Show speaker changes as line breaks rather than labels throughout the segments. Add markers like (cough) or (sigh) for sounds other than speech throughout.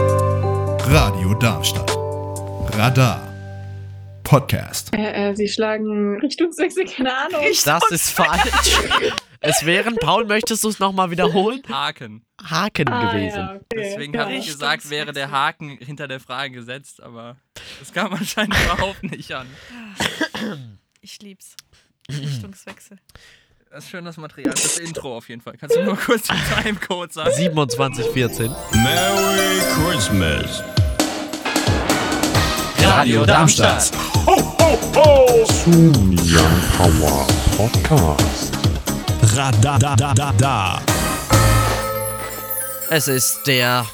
Radio Darmstadt. Radar. Podcast.
Äh, äh, sie schlagen Richtungswechsel, keine Ahnung.
Das ist falsch. es wären, Paul, möchtest du es nochmal wiederholen?
(laughs)
Haken.
Haken
Ah,
gewesen.
ja, okay.
Deswegen
Ja.
habe ich gesagt, wäre der Haken hinter der Frage gesetzt, aber das kam (laughs) anscheinend überhaupt nicht an.
Ich
(clears throat)
lieb's. Richtungswechsel.
Das ist schön, das Material. Das Intro auf jeden Fall. Kannst du nur kurz (laughs) den Timecode sagen?
2714.
Merry Christmas.
Radio Darmstadt.
Radadadadada.
Es ist der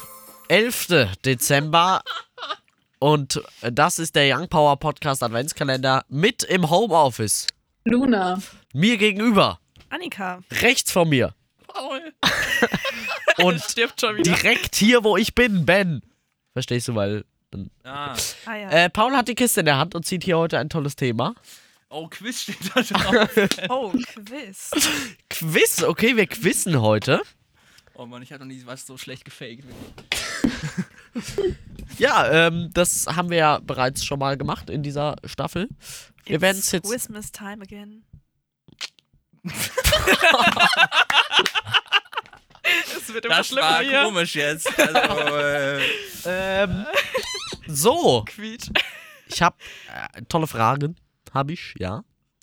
11. Dezember und das ist der Young Power Podcast Adventskalender mit im Homeoffice.
Luna.
Mir gegenüber,
Annika.
rechts von mir (laughs)
Paul.
und
Stirbt schon
direkt hier, wo ich bin, Ben. Verstehst du, weil.
Ah.
Ah ja.
Äh, Paul hat die Kiste in der Hand und zieht hier heute ein tolles Thema.
Oh, Quiz steht da (laughs) drauf.
Oh, Quiz.
Quiz, okay, wir quizzen heute.
Oh Mann, ich habe noch nie was so schlecht gefaked.
Ja, ähm, das haben wir ja bereits schon mal gemacht in dieser Staffel. Wir werden es
It's
jetzt.
Christmas time again. es wird immer
Das
schlimmer
war
hier.
komisch jetzt.
(laughs)
Also, äh, (laughs)
Ähm, so,
Quiet.
ich habe äh, tolle Fragen. Habe ich, ja.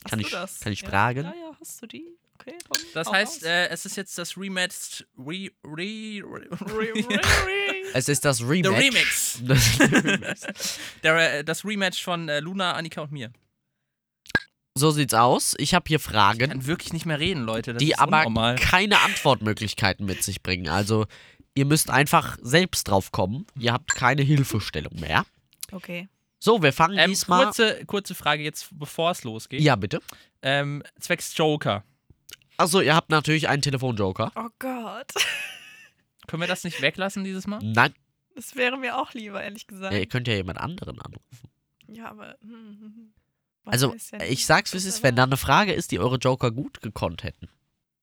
Kann
Hast
ich,
du das?
kann ich
ja.
fragen?
Ja, ja, hast du die? Okay, komm,
das
hau
heißt,
raus.
äh, es ist jetzt das Rematched. Re, re,
Re-
re,
re- re-
Es ist das
The
Rematch.
Remix.
Das Remix.
(laughs) Der, äh, das Rematch von äh, Luna, Annika und mir.
(laughs) so sieht's aus. Ich habe hier
Ich
Fragen,
kann wirklich nicht mehr reden, Leute. Das
die
ist
aber
unnormal.
keine Antwortmöglichkeiten mit sich bringen. Also, ihr müsst einfach selbst drauf kommen. Ihr habt keine Hilfestellung mehr.
okay.
So, wir fangen
Ähm,
diesmal.
kurze, kurze Frage jetzt, bevor es losgeht.
ja, bitte.
Ähm, zwecks Joker.
Also, ihr habt natürlich einen Telefonjoker.
Oh Gott. (laughs)
Können wir das nicht weglassen dieses Mal?
Nein,
Das wäre mir auch lieber, ehrlich gesagt.
ihr könnt ja jemand anderen anrufen.
Ja, aber. Hm, hm, hm. Man
Also,
weiß ja
ich
nie,
sag's, wie
was
es ist,
da
wenn da eine Frage ist, die eure Joker gut gekonnt hätten,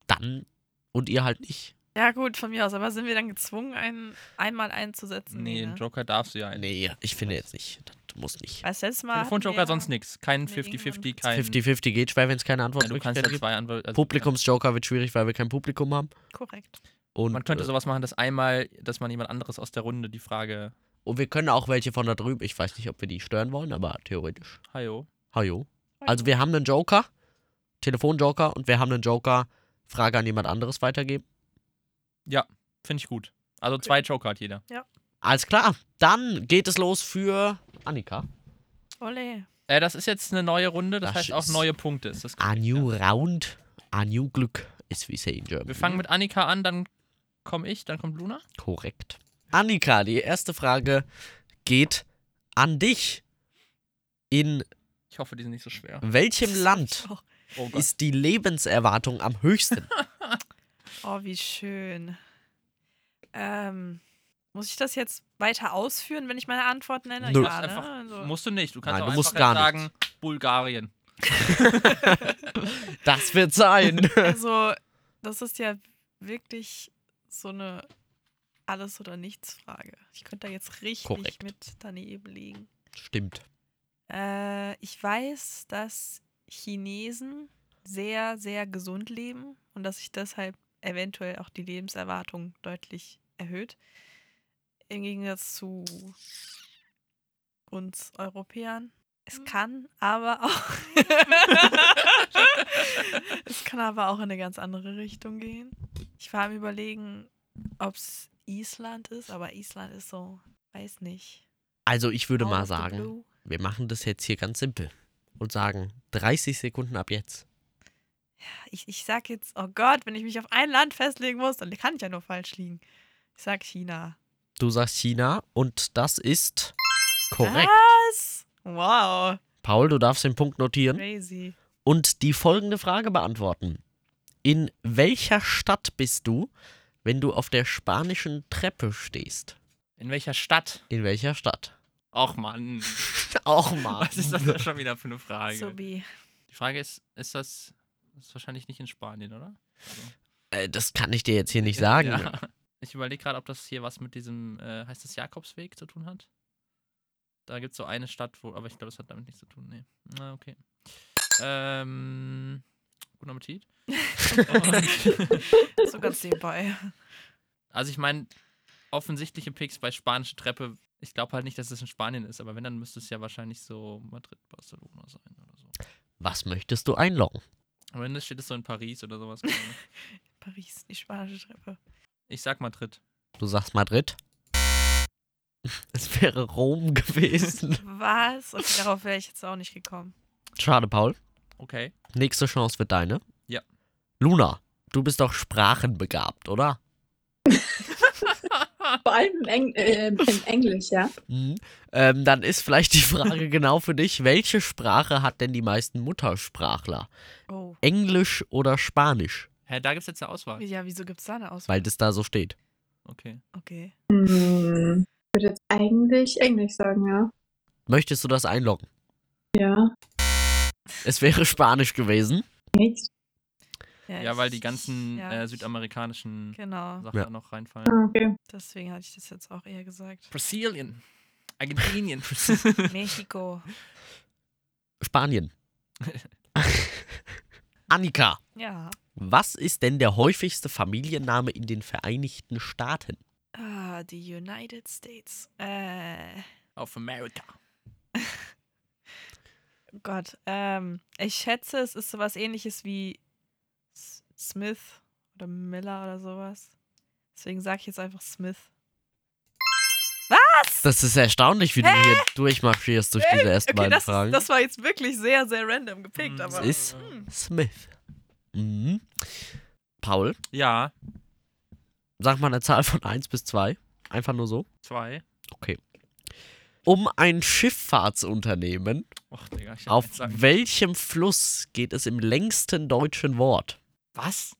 dann und ihr halt nicht.
Ja, gut, von mir aus. Aber sind wir dann gezwungen, einen einmal einzusetzen?
Nee, einen
ne?
Joker darfst du ja einen.
Nee, ich finde jetzt nicht. Das muss nicht.
Als letztes Mal. hatten
Telefonjoker
wir-
sonst nichts. Kein
Nee, irgendwann
50-50,
gibt's
kein.
50-50 geht schwer, wenn es keine
Ja, du kannst
Antwortmöglichkeit
ja
gibt.
zwei Anwälte. Also,
Publikumsjoker wird schwierig, weil wir kein Publikum haben.
Korrekt.
Und,
Man könnte
äh,
sowas machen, dass einmal, dass man jemand anderes aus der Runde die Frage.
und wir können auch welche von da drüben. Ich weiß nicht, ob wir die stören wollen, aber theoretisch.
Hajo.
Hajo. Also wir haben einen Joker, Telefonjoker und wir haben einen Joker, Frage an jemand anderes weitergeben.
Finde ich gut. Also zwei Joker hat jeder.
Alles klar, dann geht es los für Annika.
Ole.
Äh, das ist jetzt eine neue Runde, das,
Das
heißt auch
ist-
neue Punkte. Ist das
A new round, a new Glück ist wie say in German.
Wir fangen mit Annika an, dann komme ich, dann kommt Luna.
Korrekt. Annika, die erste Frage geht an dich. In
Ich hoffe, die sind nicht so schwer.
(laughs)
welchem Land
Oh,
Oh Gott.
ist die Lebenserwartung am höchsten?
(laughs) oh, wie schön. Ähm, muss ich das jetzt weiter ausführen, wenn ich meine Antwort nenne?
Nö.
Ja,
Kannst
ne?
einfach-
also,
Musst du nicht. Du kannst
Nein,
auch
du musst
einfach
gar
jetzt sagen, Bulgarien.
Das wird
(laughs)
sein.
also, das ist ja wirklich so eine Alles- oder Nichts-Frage. Ich könnte da jetzt richtig
Korrekt.
mit daneben liegen.
Stimmt.
Äh, ich weiß, dass Chinesen sehr, sehr gesund leben und dass sich deshalb eventuell auch die Lebenserwartung deutlich erhöht. Im Gegensatz zu uns Europäern. Es kann aber auch. es kann aber auch in eine ganz andere Richtung gehen. Ich war am Überlegen, ob es Island ist, aber Island ist so, weiß nicht.
Also ich würde
out
mal
of the
sagen,
blue.
wir machen das jetzt hier ganz simpel und sagen 30 Sekunden ab jetzt.
Ich, ich sag jetzt, oh Gott, wenn ich mich auf ein Land festlegen muss, dann kann ich ja nur falsch liegen. Ich sag China.
Du sagst China und das ist korrekt.
Was? Wow.
Paul, du darfst den Punkt notieren
Crazy.
und die folgende Frage beantworten. In welcher Stadt bist du, wenn du auf der spanischen Treppe stehst?
In welcher Stadt?
In welcher
(laughs)
Stadt?
Och
(laughs)
Mann.
Auch mal.
Was ist das denn schon wieder für eine Frage?
So be.
Die Frage ist, ist das, das ist wahrscheinlich nicht in Spanien, oder?
Äh, das kann ich dir jetzt hier nicht sagen.
Ja. Ich überlege gerade, ob das hier was mit diesem, äh, heißt das Jakobsweg zu tun hat. Da gibt es so eine Stadt, wo, aber ich glaube, das hat damit nichts zu tun. Nee. Na, okay. Ähm, guten
(laughs)
Appetit. Und,
So ganz nebenbei. (laughs)
also ich meine, offensichtliche Picks bei spanische Treppe. Ich glaube halt nicht, dass es in Spanien ist, aber wenn, dann müsste es ja wahrscheinlich so Madrid, Barcelona sein oder so.
Was möchtest du einloggen?
Am Ende steht es so in Paris oder sowas. keine Ahnung.
Paris, die spanische Treppe.
Ich sag Madrid.
Du sagst Madrid. (laughs) Es wäre Rom
(laughs)
gewesen.
Was? Okay, darauf wäre ich jetzt auch nicht gekommen.
Schade, Paul.
Okay.
Nächste Chance wird deine.
Ja.
Luna, du bist doch sprachenbegabt, oder?
Vor allem in, Eng äh, in Englisch, ja.
Mhm. Ähm, dann ist vielleicht die
(laughs)
Frage genau für dich, welche Sprache hat denn die meisten Muttersprachler?
Oh.
Englisch oder Spanisch?
Hä, da gibt es jetzt eine Auswahl.
Ja, wieso gibt es da eine Auswahl?
Weil das da so steht.
Okay.
Okay.
Hm. Ich würde jetzt eigentlich Englisch sagen, ja.
Möchtest du das einloggen?
Ja.
Es wäre (laughs) Spanisch gewesen.
Echt?
Ja, weil die
ich-
ganzen
ja,
äh,
ich-
südamerikanischen
Genau,
Sachen
Ja.
da noch reinfallen.
Ah, okay.
deswegen hatte ich das jetzt auch
(laughs)
eher gesagt.
Brasilien. Argentinien.
Mexiko. (laughs)
Spanien. Annika,
Ja.
was ist denn der häufigste Familienname in den Vereinigten Staaten?
Ah, die United States. Äh,
Auf Amerika.
(laughs) Gott. Ähm, ich schätze, es ist sowas ähnliches wie S Smith oder Miller oder sowas. Deswegen sage ich jetzt einfach Smith. Was?
Das ist erstaunlich, wie du hier durchmarschierst durch diese ersten
Okay,
beiden
das,
Fragen.
ist, das war jetzt wirklich sehr, sehr random gepickt,
Mm,
aber.
Es ist-
Hm.
Smith. Mhm. Paul,
(laughs) Ja,
sag mal eine Zahl von 1 bis 2. Einfach nur so.
zwei.
Um ein Schifffahrtsunternehmen,
Och, Digga, ich hätte
auf
jetzt sagen.
welchem Fluss geht es im längsten deutschen Wort?
Was?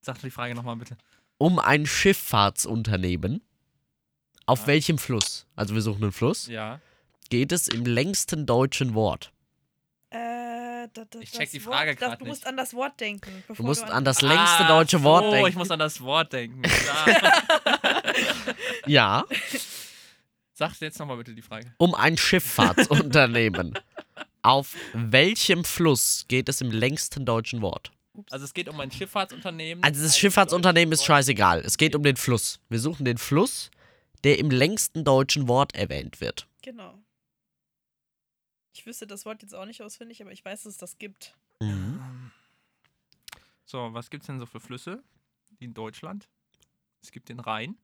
Sag doch die Frage nochmal bitte.
Um ein Schifffahrtsunternehmen, auf
Ja.
welchem Fluss? Also wir suchen einen Fluss.
Ja.
Geht es im längsten deutschen Wort?
Äh, da, da,
Ich check
das
die Frage
Wort-
grad
das- Du musst
nicht.
an das Wort denken.
Du
bevor
musst an
an
das längste deutsche Wort
oh,
denken.
Ah, ich muss an das
(laughs)
Wort denken. Ja.
ja,
Sag jetzt nochmal bitte die Frage.
um ein
(laughs)
Schifffahrtsunternehmen. auf welchem Fluss geht es im längsten deutschen Wort?
Also es geht um ein Schifffahrtsunternehmen.
Also das
Ein
Schifffahrtsunternehmen ist
deutsches Wort.
scheißegal. Es geht um den Fluss. Wir suchen den Fluss, der im längsten deutschen Wort erwähnt wird.
Genau. Ich wüsste das Wort jetzt auch nicht auswendig, aber ich weiß, dass es das gibt.
So, was gibt's denn so für Flüsse in Deutschland? Es gibt
(laughs)
den Rhein.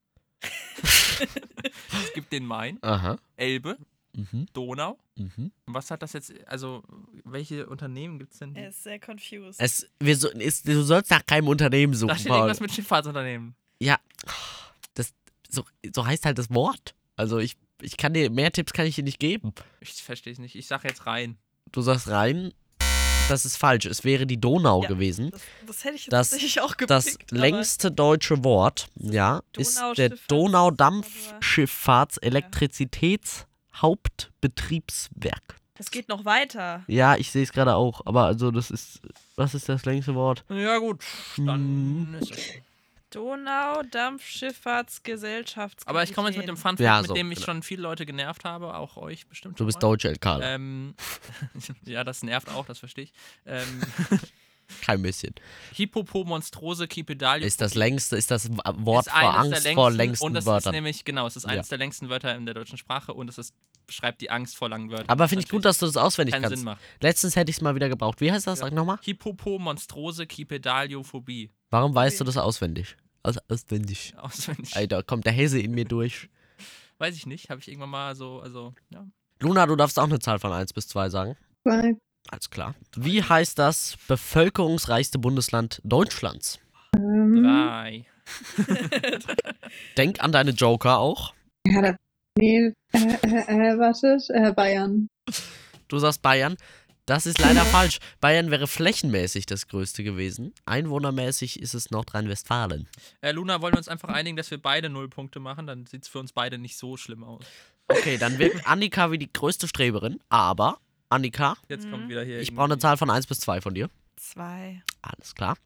es gibt den Main,
Aha.
Elbe,
Mhm.
Donau.
Mhm.
Und was hat das jetzt, also welche Unternehmen gibt's denn? die-
Er ist sehr confused.
Es, wir so, ist, du sollst nach keinem Unternehmen
da
suchen,
steht
Paul.
irgendwas mit Schifffahrtsunternehmen.
Ja. Das, so, so heißt halt das Wort. Also ich, ich kann dir, mehr Tipps kann ich dir nicht geben.
Ich verstehe es nicht. Ich sag jetzt Rhein.
Du sagst rein, das ist falsch. Es wäre die Donau
Ja.
gewesen.
das, das hätte ich jetzt
das-
tatsächlich auch gepickt.
Das
aber
längste deutsche Wort, ja, ist
Donau-
der
Schifffahrt-
Donaudampfschifffahrtselektrizitätshauptbetriebswerk.
Es geht noch weiter.
Ja, ich sehe es gerade auch, aber also das ist, was ist das längste Wort?
Ja gut, dann
Hm.
ist es. so.
Donau, Dampfschifffahrtsgesellschaft.
Aber ich komme jetzt mit dem Fun Fact,
Ja, so,
mit dem ich
genau.
schon viele Leute genervt habe, auch euch bestimmt.
Du
schon
bist
mal.
Deutsche, Karl.
Ähm, (laughs) ja, das nervt auch, das verstehe ich. Ähm,
Kein bisschen.
Hippopo monstrose Kipedalio.
Ist das längste, ist das W- Wort
Äh. ist
vor
eines der
Angst vor
Und
längsten
das ist
Wörtern.
nämlich, genau, es ist
Ja.
eines der längsten Wörter in der deutschen Sprache und es ist, beschreibt die Angst vor langen Wörtern.
Aber
was
finde ich gut, dass
natürlich
du das auswendig
keinen
kannst.
Sinn macht.
Letztens hätte ich es mal wieder gebraucht. Wie heißt das? Sag nochmal.
Hippopo monstrose Kipedaliophobie.
Warum weißt du das auswendig? Aus auswendig.
(laughs) Auswendig.
Alter, kommt der Häse in mir durch.
Weiß ich nicht, habe ich irgendwann mal so, also, ja.
Luna, du darfst auch eine Zahl von 1 bis 2 sagen.
Weil
Alles klar. Wie heißt das bevölkerungsreichste Bundesland Deutschlands?
Mhm.
Ähm,
Drei.
Denk an deine Joker auch.
ja, das, nee, äh, äh, äh, wartet, äh, Bayern.
Du sagst Bayern. Das ist leider (laughs) falsch. Bayern wäre flächenmäßig das größte gewesen. Einwohnermäßig ist es Nordrhein-Westfalen.
Äh, Luna, wollen wir uns einfach einigen, dass wir beide null Punkte machen? Dann sieht es für uns beide nicht so schlimm aus.
Okay, dann (laughs) wirkt Annika wie die größte Streberin. Aber, Annika,
Jetzt
Mhm.
kommt wieder hier.
ich
irgendwie-
brauche eine Zahl von 1 bis 2 von dir.
Zwei.
Alles klar.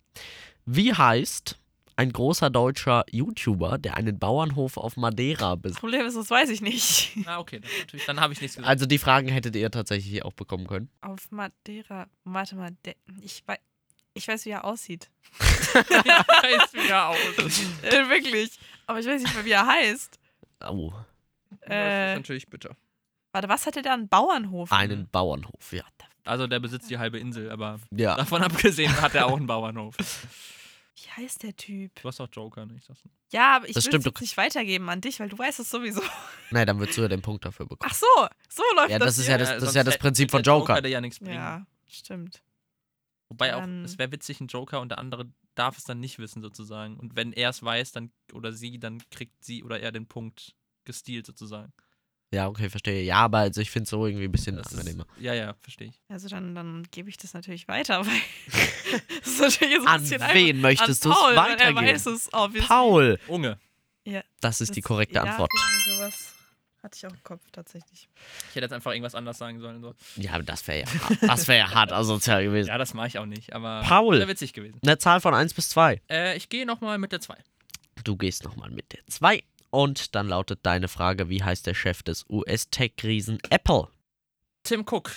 Wie heißt ein großer deutscher YouTuber, der einen Bauernhof auf Madeira
Das
besitzt.
Problem ist, das weiß ich nicht.
(laughs) Ah, okay, das ist natürlich, dann habe ich nichts gesagt.
Also die Fragen hättet ihr tatsächlich auch bekommen können.
Auf Madeira. Warte mal, der, ich, wei ich weiß, wie er aussieht.
(laughs) ich weiß wieder aus.
(laughs) Äh, wirklich. Aber ich weiß nicht mehr, wie er heißt.
Oh,
Das ist
Äh,
natürlich bitter.
warte, was hatte der an Bauernhof?
einen Bauernhof, ja.
Also der besitzt die halbe Insel, aber
Ja,
davon abgesehen hat er auch einen Bauernhof.
Wie heißt der Typ?
Du hast auch Joker, nicht? Das
Ja, aber ich
Das
will
stimmt,
es
du
jetzt nicht weitergeben an dich, weil du weißt es sowieso.
nein, dann würdest du ja den Punkt dafür bekommen.
Ach so, so läuft
Ja,
das.
das ist ja
hier.
das, das, ist
sonst
ja das
hätte-
Prinzip von
hätte der
Joker.
der ja nichts bringen.
Ja, stimmt.
Wobei auch,
Dann-
es wäre witzig, ein Joker und der andere darf es dann nicht wissen, sozusagen. Und wenn er es weiß, dann oder sie, dann kriegt sie oder er den Punkt gestealt, sozusagen.
Ja, okay, verstehe. Ja, aber also ich finde es so irgendwie ein bisschen
Das
angenehmer.
Ist, ja, ja, verstehe ich.
Also dann, dann gebe ich das natürlich weiter, (laughs) weil das ist natürlich jetzt ein
An
bisschen
wen möchtest du es
Paul, weil Er
weitergeben?
weiß es, obviously.
Paul!
Unge,
Das ist die korrekte
ja,
Antwort.
irgendwie Sowas hatte ich auch im Kopf tatsächlich.
ich hätte jetzt einfach irgendwas anders sagen sollen. So.
Ja, aber das wäre ja, hart- das wär ja hart asozial gewesen.
Ja, das mache ich auch nicht, aber
Paul.
wäre witzig gewesen.
Eine Zahl von 1 bis 2.
Äh, ich gehe nochmal mit der 2.
Du gehst nochmal mit der 2. Und dann lautet deine Frage, wie heißt der Chef des US-Tech-Riesen Apple?
Tim Cook.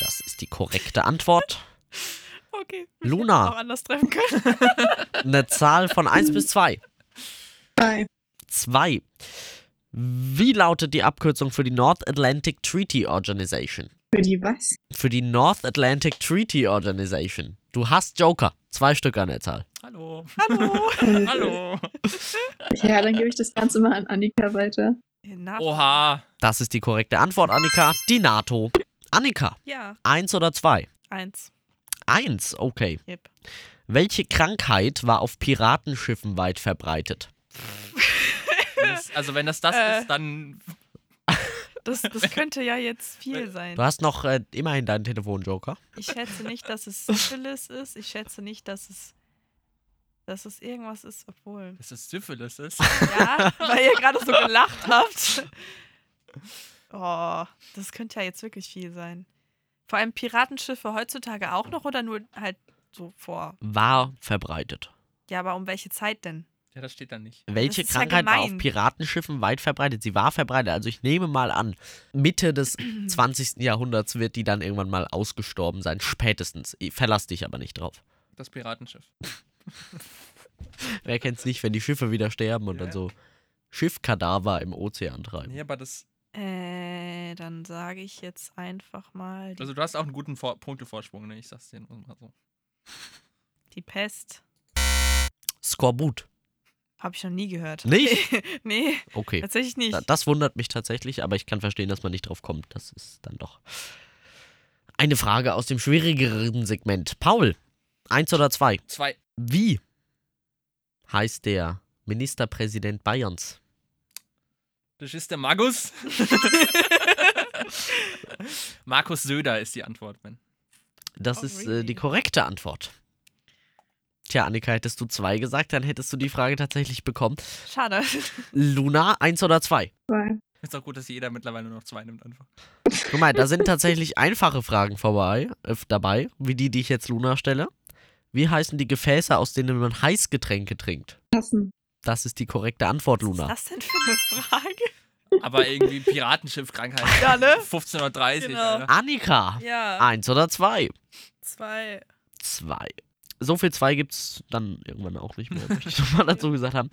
Das ist die korrekte Antwort.
Okay. Auch
Luna,
anders treffen können. (laughs)
eine Zahl von 1 bis 2.
Drei.
2. Wie lautet die Abkürzung für die North Atlantic Treaty Organization?
Für die was?
Für die North Atlantic Treaty Organization. Du hast Joker. Zwei Stück an der Zahl.
Hallo.
Hallo.
(laughs) Hallo.
Ja, dann gebe ich das Ganze mal an Annika weiter.
Na,
Oha.
Das ist die korrekte Antwort, Annika. Die NATO. Annika,
Ja,
eins oder zwei?
eins.
Eins, okay.
Yep.
Welche Krankheit war auf Piratenschiffen weit verbreitet?
Wenn das, also, wenn das das
Äh.
ist, dann.
Das, das könnte ja jetzt viel sein.
Du hast noch äh, immerhin deinen Telefonjoker.
Ich schätze nicht,
(laughs)
dass es Syphilis ist. Ich schätze nicht, dass es, dass es irgendwas ist, obwohl.
Das ist Syphilis. Ist.
(laughs)
Ja, weil ihr gerade so gelacht habt. Oh, das könnte ja jetzt wirklich viel sein. Vor allem Piratenschiffe heutzutage auch noch oder nur halt so vor.
War verbreitet.
Ja, aber um welche Zeit denn?
Ja, das steht da nicht.
Welche
ist ja
Krankheit war auf
gemein.
Piratenschiffen weit verbreitet? Sie war verbreitet. Also ich nehme mal an, Mitte
(clears throat)
des 20. Jahrhunderts wird die dann irgendwann mal ausgestorben sein. Spätestens. Ich verlass dich aber nicht drauf.
Das Piratenschiff.
Wer kennt's nicht, wenn die Schiffe wieder sterben und
Ja,
dann
ja.
so Schiffkadaver im Ozean treiben.
Nee, aber das.
Äh, dann sage ich jetzt einfach mal die,
Also, du hast auch einen guten Vor Punktevorsprung, ne? Ich sag's dir nur mal so.
die Pest.
Skorbut.
Habe ich noch nie gehört.
Nicht?
(laughs) nee,
Okay.
tatsächlich nicht.
Da- Das wundert mich tatsächlich, aber ich kann verstehen, dass man nicht drauf kommt. Das ist dann doch. Eine Frage aus dem schwierigeren Segment. Paul, eins oder zwei?
Zwei.
Wie heißt der Ministerpräsident Bayerns?
Das ist der
(laughs)
Magus. Markus Söder ist die Antwort, Ben.
Das
Oh,
ist äh,
really?
die korrekte Antwort. Tja, Annika, hättest du zwei gesagt, dann hättest du die Frage tatsächlich bekommen.
Schade.
Luna, eins oder zwei?
Zwei.
Ist auch gut, dass jeder mittlerweile nur noch zwei nimmt einfach.
Guck mal, da sind tatsächlich einfache Fragen vorbei, äh, dabei, wie die, die ich jetzt Luna stelle. Wie heißen die Gefäße, aus denen man Heißgetränke trinkt?
Tassen.
Das ist die korrekte Antwort,
Was ist
Luna.
das denn für eine Frage? (laughs)
Aber irgendwie Piratenschiff-Krankheit.
Ja, ne?
15.30 Uhr.
Genau.
Alter.
Annika,
Ja,
eins oder zwei?
zwei.
Zwei. So viel zwei gibt's dann irgendwann auch nicht mehr, möchte ich nochmal dazu gesagt haben.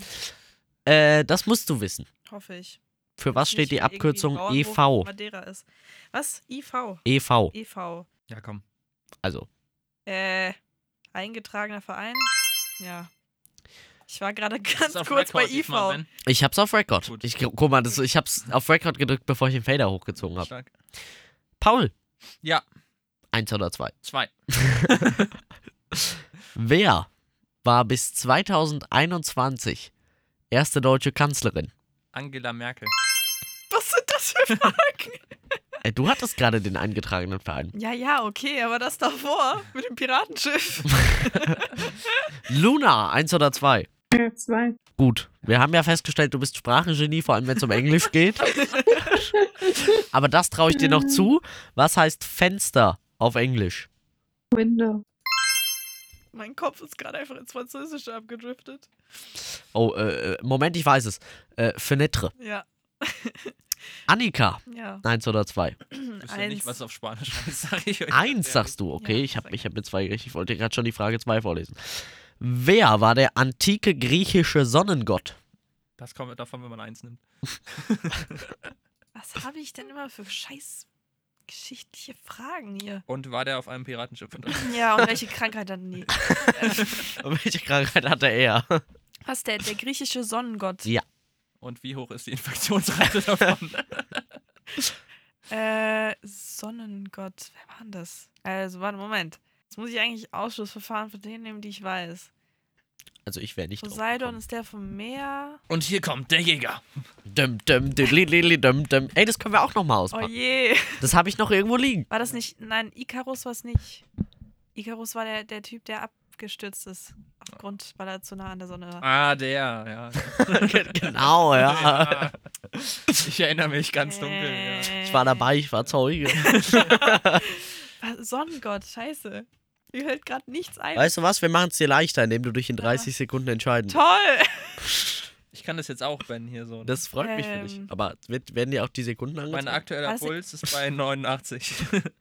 Äh, das musst du wissen.
Hoffe ich.
Für was
Dass
steht
nicht
die
irgendwie ein
Abkürzung E
Bauernhof
EV?
Madeira ist. Was? E IV.
EV,
EV.
Ja, komm.
also
Äh, eingetragener Verein? Ja. Ich war gerade (laughs) ganz
Ist auf
kurz bei E
Record
IV.
diesmal, Ben.
ich hab's auf Record.
Gut.
Ich, guck mal, das, ich hab's auf Record gedrückt, bevor ich den Fader hochgezogen habe.
Stark.
Paul,
Ja,
eins oder zwei.
zwei.
Wer war bis 2021 erste deutsche Kanzlerin?
Angela Merkel.
Was sind das für Fragen?
Äh, Du hattest gerade den eingetragenen Verein.
ja, ja, okay, aber das davor mit
(laughs)
dem Piratenschiff.
Luna, eins oder zwei?
Ja, zwei.
Gut, wir haben ja festgestellt, du bist Sprachengenie, vor allem wenn es um Englisch geht. Aber das traue ich dir noch zu. Was heißt Fenster auf Englisch?
Window.
Mein Kopf ist gerade einfach ins Französische abgedriftet.
Oh, äh, Moment, ich weiß es. Äh, Fenetre.
Ja,
Annika.
ja.
Eins oder zwei?
Ich wüsste nicht, was
Hm, Eins.
auf Spanisch heißt, (laughs) sag ich euch.
Eins
Ja.
sagst du, okay?
Ja,
ich habe
sag.
ich hab mir zwei, ich wollte gerade schon die Frage zwei vorlesen. Wer war der antike griechische Sonnengott?
Das kommt davon, wenn man eins nimmt.
Was habe ich denn immer für scheiß geschichtliche Fragen hier?
Und war der auf einem Piratenschiff unterwegs?
Ja, und welche Krankheit dann nie?
Und (laughs) Welche Krankheit hatte er?
Was der, der griechische Sonnengott?
Ja.
Und wie hoch ist die Infektionsrate
(laughs)
davon?
Äh, Sonnengott, wer war denn das? Also, warte, Moment. Jetzt muss ich eigentlich Ausschlussverfahren von denen nehmen, die ich weiß.
Also ich wäre nicht drauf
Poseidon
gekommen.
ist der vom Meer.
Und hier kommt der Jäger.
Dum, dum, dililili, dum, dum. Ey, das können wir auch nochmal
Oh
auspacken.
je.
Das habe ich noch irgendwo liegen.
War das nicht. Nein, Icarus war es nicht. Icarus war der, der Typ, der abgestürzt ist. Aufgrund, weil er zu nah an der Sonne war.
Ah, der, ja.
(laughs) genau, ja.
ja. (laughs) Ich erinnere mich
Äh.
ganz dunkel. Ja.
Ich war dabei, ich war
(laughs)
Zeuge.
Was? Sonnengott, scheiße. Mir fällt gerade nichts ein.
Weißt du was? Wir machen es dir leichter, indem du dich in 30 Sekunden entscheiden.
Toll!
Ich kann das jetzt auch, Ben, hier so.
Das freut mich für dich.
Ähm.
Aber wird, werden dir auch die Sekunden
mein
angezeigt?
aktueller
Weiß ich-
Puls ist bei 89.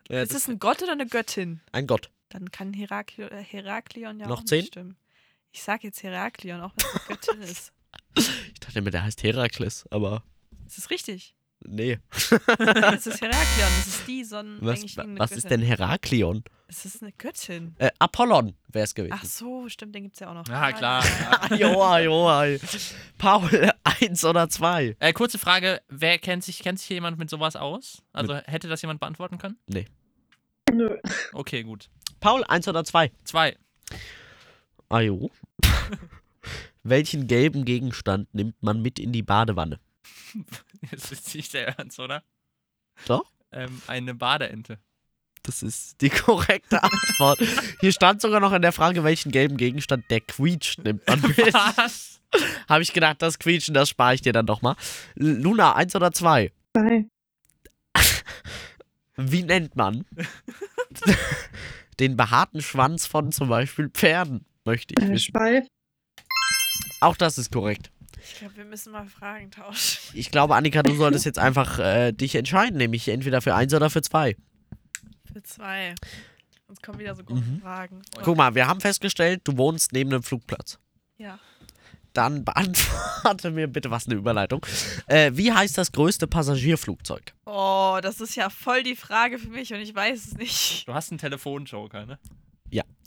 Ja,
Ist es ein Gott oder eine Göttin?
ein Gott.
Dann kann Heraklion, äh, Heraklion ja
Noch
auch
zehn?
nicht stimmen. Ich sag jetzt Heraklion, auch wenn es eine
(laughs)
Göttin ist.
Ich dachte mir, der heißt Herakles, aber
Das ist richtig.
nee.
Das ist Heraklion. Das ist die Sonnen.
Was,
eigentlich irgendeine
was ist denn Heraklion?
Es ist eine Göttin.
Äh, Apollon wäre es gewesen. (laughs)
Ach so, stimmt, den gibt's ja auch noch.
Ah, klar.
Joa, joa. Paul, (laughs) eins oder zwei?
(laughs) Äh, kurze Frage, wer kennt sich, kennt sich hier jemand mit sowas aus? Also hätte das jemand beantworten können?
Nee.
Nö.
Okay, gut.
Paul, eins oder zwei?
Zwei. (laughs)
(laughs)
Ajo. Welchen gelben Gegenstand nimmt man mit in die Badewanne?
Das ist nicht der Ernst, oder?
Doch.
Ähm, eine
(laughs)
Badeente.
Das ist die (laughs) korrekte Antwort. Hier stand sogar noch in der Frage, welchen gelben Gegenstand der quietscht nimmt man mit.
Was?
Habe ich gedacht, das Quietschen, das spare ich dir dann nochmal. Luna, eins oder zwei?
Zwei.
Wie nennt man den behaarten Schwanz von zum Beispiel Pferden? Möchte ich
Äh,
wissen.
Schweif.
Auch das ist korrekt.
(laughs) Ich glaube, wir müssen mal Fragen tauschen. (laughs)
Ich glaube, Annika, du solltest jetzt einfach äh, dich entscheiden, nämlich entweder für eins oder für zwei.
Für zwei. Uns kommen wieder so gute
Mhm.
Fragen.
Guck mal, wir haben festgestellt, du wohnst neben einem Flugplatz.
Ja.
Dann (laughs) beantworte mir bitte was eine Überleitung. Äh, wie heißt das größte Passagierflugzeug?
Oh, das ist ja voll die Frage für mich und ich weiß es nicht.
Du hast einen Telefonjoker, ne?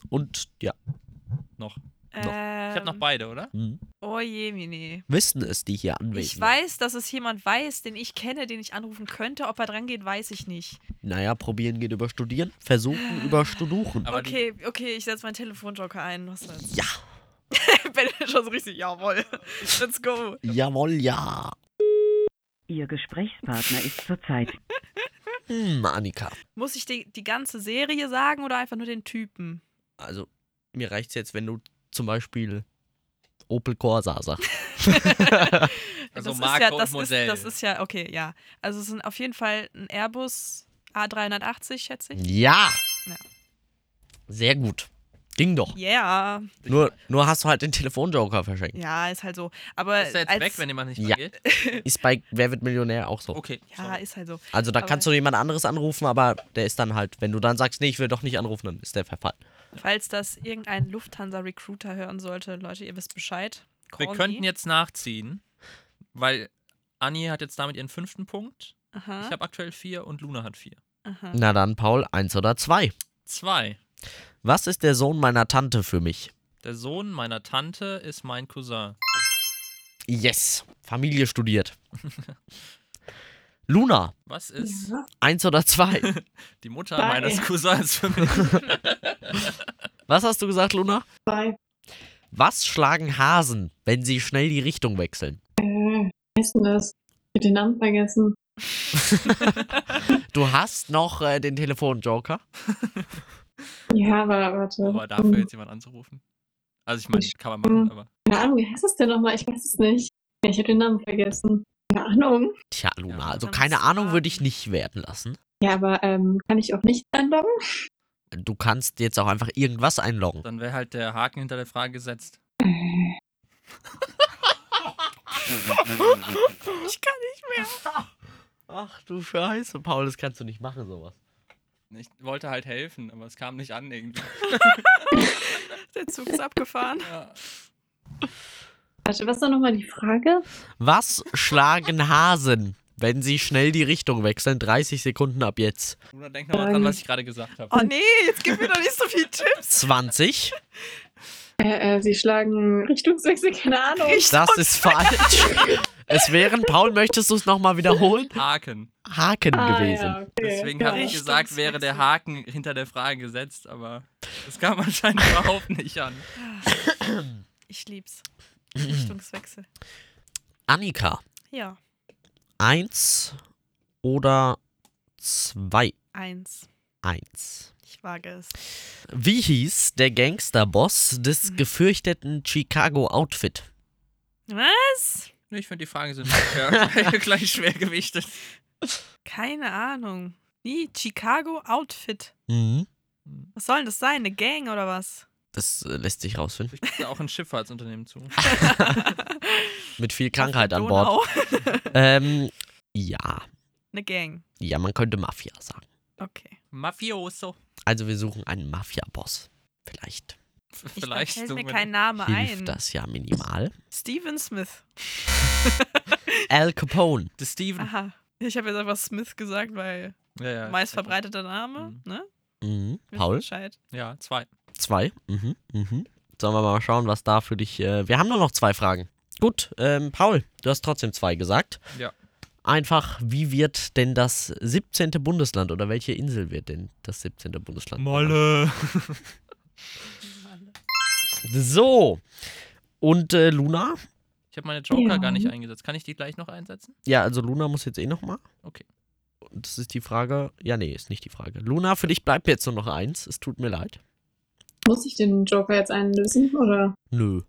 Und ja,
Noch.
Ich
Ich habe noch beide, oder?
hm,
Ähm, Oh je, Mini.
wissen es die hier anwesend?
Ich weiß, dass es jemand weiß, den ich kenne, den ich anrufen könnte. Ob er dran geht, weiß Ah. ich nicht.
Naja, probieren geht über studieren, versuchen über studuchen.
Aber die-
okay, okay, ich setze meinen Telefonjoker ein. Was (laughs) soll's?
Ja,
Ben ist schon so richtig, jawohl. Let's go.
jawohl, ja.
Ihr Gesprächspartner ist zurzeit
Hm, Annika.
Muss ich die, die ganze Serie sagen oder einfach nur den Typen?
Also, mir reicht's jetzt, wenn du zum Beispiel Opel Corsa sagst.
(laughs)
Also
das
Marke
ist ja,
und
das
Modell.
Ist, das ist ja, okay, ja. Also es sind auf jeden Fall ein Airbus A380, schätze ich.
Ja.
Ja.
Sehr gut. Ging doch.
Ja,
Nur, nur hast du halt den Telefonjoker verschenkt.
ja, ist halt so. Aber
Ist er jetzt
als,
weg, wenn jemand nicht
Ja.
rangeht?
Ist bei Wer wird Millionär auch so.
Okay.
ja, ist halt so.
Also da
Aber-
kannst du jemand anderes anrufen, aber der ist dann halt, wenn du dann sagst, nee, ich will doch nicht anrufen, dann ist der verfallen.
Falls das irgendein Lufthansa-Recruiter hören sollte, Leute, ihr wisst Bescheid.
Wir
Call
könnten
me.
jetzt nachziehen, weil Anni hat jetzt damit ihren fünften Punkt.
Aha,
Ich habe aktuell vier und Luna hat vier.
aha.
Na dann, Paul, eins oder zwei.
Zwei.
Was ist der Sohn meiner Tante für mich?
Der Sohn meiner Tante ist mein Cousin.
Yes. Familie studiert. Luna,
Was ist
Ja.
eins oder zwei.
die Mutter
Zwei.
meines Cousins für mich?
Was hast du gesagt, Luna?
Zwei.
Was schlagen Hasen, wenn sie schnell die Richtung wechseln?
Äh, wie heißt denn das? Ich hab den Namen vergessen.
Du hast noch äh, den Telefonjoker.
Ja, aber warte.
Aber dafür jetzt jemand anzurufen. Also ich meine, kann man machen, aber.
Keine Ahnung, wie heißt das denn nochmal? Ich weiß es nicht. Ja, ich habe den Namen vergessen. Keine Ahnung.
Tja, Luna,
Ja,
also
dann
keine
musst du
Ahnung würde ich
warten.
nicht werden lassen.
Ja, aber ähm, kann ich auch nicht einloggen?
Du kannst jetzt auch einfach irgendwas einloggen.
Dann wäre halt der Haken hinter der Frage gesetzt.
Ich kann nicht mehr.
(laughs) Ach du Scheiße, Paul, das kannst du nicht machen, sowas.
Ich wollte halt helfen, aber es kam nicht an irgendwie.
Der Zug ist abgefahren.
Ja.
Warte, was war nochmal die Frage?
Was schlagen Hasen, wenn sie schnell die Richtung wechseln? 30 Sekunden ab jetzt.
Bruder, denk nochmal dran, was ich gerade gesagt habe.
Oh nee, jetzt gib mir doch nicht so viel Tipps.
20.
Äh, äh, sie schlagen Richtungswechsel, keine Ahnung.
Das ist falsch. Es wären, Paul, möchtest du es nochmal wiederholen?
Haken.
Haken
ah,
gewesen.
Ja, okay.
Deswegen
ja.
habe ich gesagt, wäre der Haken hinter der Frage gesetzt, aber das kam (laughs) anscheinend überhaupt nicht an.
Ich lieb's. Richtungswechsel.
Annika,
Ja,
eins oder zwei?
eins.
Eins.
Ich wage es.
Wie hieß der Gangsterboss des gefürchteten Chicago-Outfit?
Was?
Nee, Ich finde, die Fragen (laughs) sind ja, gleich schwer gewichtet.
Keine Ahnung. Wie? Chicago Outfit.
Mhm.
Was soll denn das sein? Eine Gang oder was?
Das äh, lässt sich rausfinden.
Ich gebe da auch ein Schifffahrtsunternehmen zu.
Mit viel (laughs) Krankheit an Bord.
Donau. (laughs)
Ähm, ja.
Eine Gang.
Ja, man könnte Mafia sagen.
Okay.
Mafioso.
Also wir suchen einen Mafia-Boss. Vielleicht
F-
Ich
Vielleicht
fällt
so
mir
mit-
kein Name
hilft
ein.
das ja minimal.
Steven Smith.
Al Capone.
The Steven.
Aha. Ich habe jetzt einfach Smith gesagt, weil
Ja, Hm. ja,
meist verbreiteter Name,
Mhm.
ne?
Mhm.
Wisst
Paul?
Bescheid.
Ja, zwei.
Zwei. Mhm. Mhm. Sollen wir mal schauen, was da für dich... Äh, wir haben nur noch zwei Fragen. Gut, ähm, Paul, du hast trotzdem zwei gesagt.
Ja.
Einfach, wie wird denn das 17. Bundesland oder welche Insel wird denn das 17. Bundesland? So. Und äh, Luna?
Ich habe meine Joker
Ja.
gar nicht eingesetzt. Kann ich die gleich noch einsetzen?
Ja, also Luna muss jetzt eh nochmal.
Okay.
Und das ist die Frage. Ja, nee, ist nicht die Frage. Luna, für dich bleibt jetzt nur noch eins. Es tut mir leid.
Muss ich den Joker jetzt einlösen? Oder?
Nö.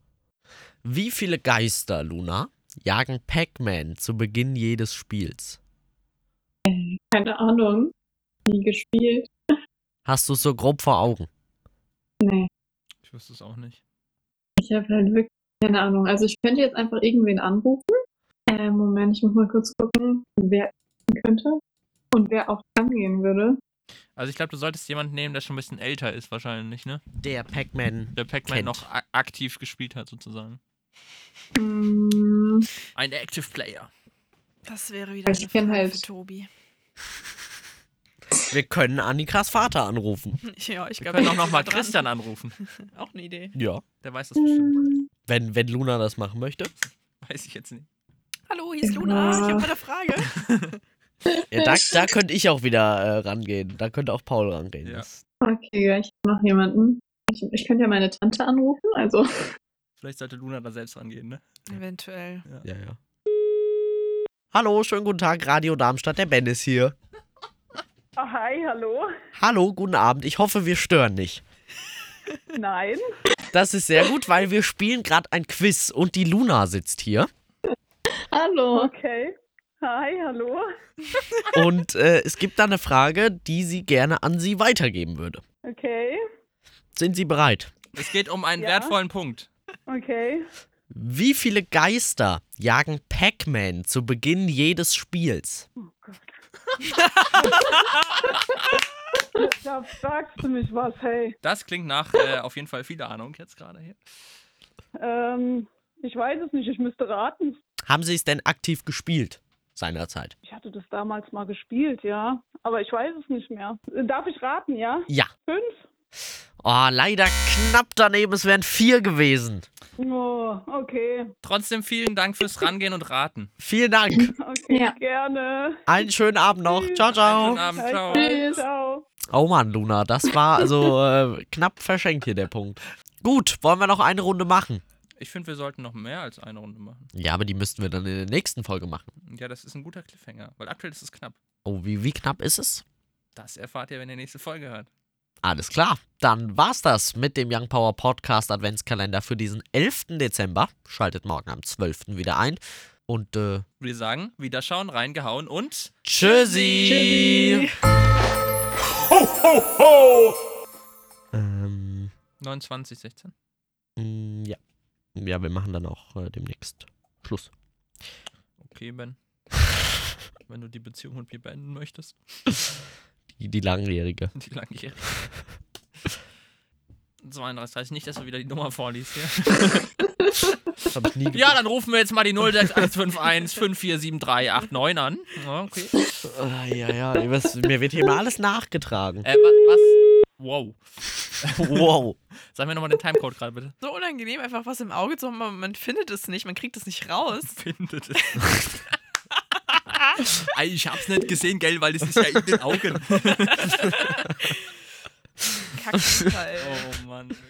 Wie viele Geister, Luna, jagen Pac-Man zu Beginn jedes Spiels?
Keine Ahnung. Nie gespielt.
Hast du so grob vor Augen?
Nee.
Ich wüsste es auch nicht.
Ich habe halt wirklich keine Ahnung. Also ich könnte jetzt einfach irgendwen anrufen. Äh, Moment, ich muss mal kurz gucken, wer könnte und wer auch angehen würde.
Also ich glaube, du solltest jemanden nehmen, der schon ein bisschen älter ist wahrscheinlich, ne?
Der Pac-Man.
Der Pac-Man
Kennt.
noch a- aktiv gespielt hat sozusagen.
Hm,
Ein Active Player.
Das wäre wieder
Ich
eine
kenn
Frage
halt-
für Tobi. (laughs)
Wir können Annikas Vater anrufen.
Ja, ich
Wir
(laughs) glaube,
können auch nochmal Christian anrufen.
Auch eine Idee.
Ja.
Der weiß das bestimmt.
Hm,
Wenn, wenn Luna das machen möchte.
Weiß ich jetzt nicht.
Hallo, hier ist Luna. Ich
Ja.
(laughs) habe eine Frage.
Ja, da, da könnte ich auch wieder äh, rangehen. Da könnte auch Paul rangehen.
Ja.
Das-
Okay, ja, ich habe noch jemanden. Ich, ich könnte ja meine Tante anrufen, also. (laughs)
Vielleicht sollte Luna da selbst rangehen, ne?
Eventuell.
Ja, ja. Hallo, schönen guten Tag, Radio Darmstadt, der Ben ist hier.
Ah, Hi,
(laughs)
hallo.
Hallo, guten Abend, ich hoffe, wir stören nicht.
Nein.
Das ist sehr gut, weil wir spielen gerade ein Quiz und die Luna sitzt hier.
Hallo.
Okay. Hi, hallo.
Und äh, es gibt da eine Frage, die sie gerne an Sie weitergeben würde.
Okay.
Sind Sie bereit?
Es geht um einen
Ja.
wertvollen Punkt.
Okay.
Wie viele Geister jagen Pac-Man zu Beginn jedes Spiels?
Da fragst du mich was, hey.
Das klingt nach äh, auf jeden Fall viel Ahnung jetzt gerade hier.
Ähm, ich weiß es nicht, ich müsste raten.
Haben Sie es denn aktiv gespielt seinerzeit?
Ich hatte das damals mal gespielt, ja. Aber ich weiß es nicht mehr. Darf ich raten, ja?
Ja.
Fünf?
Oh, leider knapp daneben, es wären vier gewesen.
Oh, okay.
Trotzdem vielen Dank fürs Rangehen und Raten.
Vielen Dank.
Okay,
Ja.
gerne.
Einen schönen Abend noch. Ciao, ciao.
Schönen Abend, ciao.
Tschüss.
Ciao.
Oh Mann, Luna, das war also äh, knapp verschenkt hier der Punkt. Gut, wollen wir noch eine Runde machen?
Ich finde, wir sollten noch mehr als eine Runde machen.
Ja, aber die müssten wir dann in der nächsten Folge machen.
Ja, das ist ein guter Cliffhanger, weil aktuell ist es knapp.
Oh, wie, wie knapp ist es?
Das erfahrt ihr, wenn ihr nächste Folge hört.
Alles klar. Dann war's das mit dem Young Power Podcast Adventskalender für diesen 11. Dezember. Schaltet morgen am 12. wieder ein. Und äh,
Wir sagen, Wiederschauen, reingehauen und...
tschüssi!
Ho, ho!
29, 16.
Ähm, Mm, ja. Ja, wir machen dann auch äh, demnächst Schluss. (laughs)
Okay, Ben. Wenn du die Beziehung mit mir beenden möchtest.
Die, die langjährige.
(laughs) Die langjährige. (laughs) 32, 30. Nicht, dass du wieder die Nummer vorliest hier.
Das habe ich nie
Ja, dann rufen wir jetzt mal die 06851 54738 an. Ja, (laughs) okay.
Ah, ja, ja. ihr wisst, mir wird hier immer alles nachgetragen.
Äh, wa was? Wow.
Wow.
Sag mir nochmal den Timecode gerade bitte.
So unangenehm, einfach was im Auge zu haben, aber man findet es nicht, man kriegt es nicht raus.
(laughs) (laughs) Findet es. (laughs) Ey, ich hab's nicht gesehen, gell, weil es ist ja in den Augen.
Kackteil.
Oh Mann.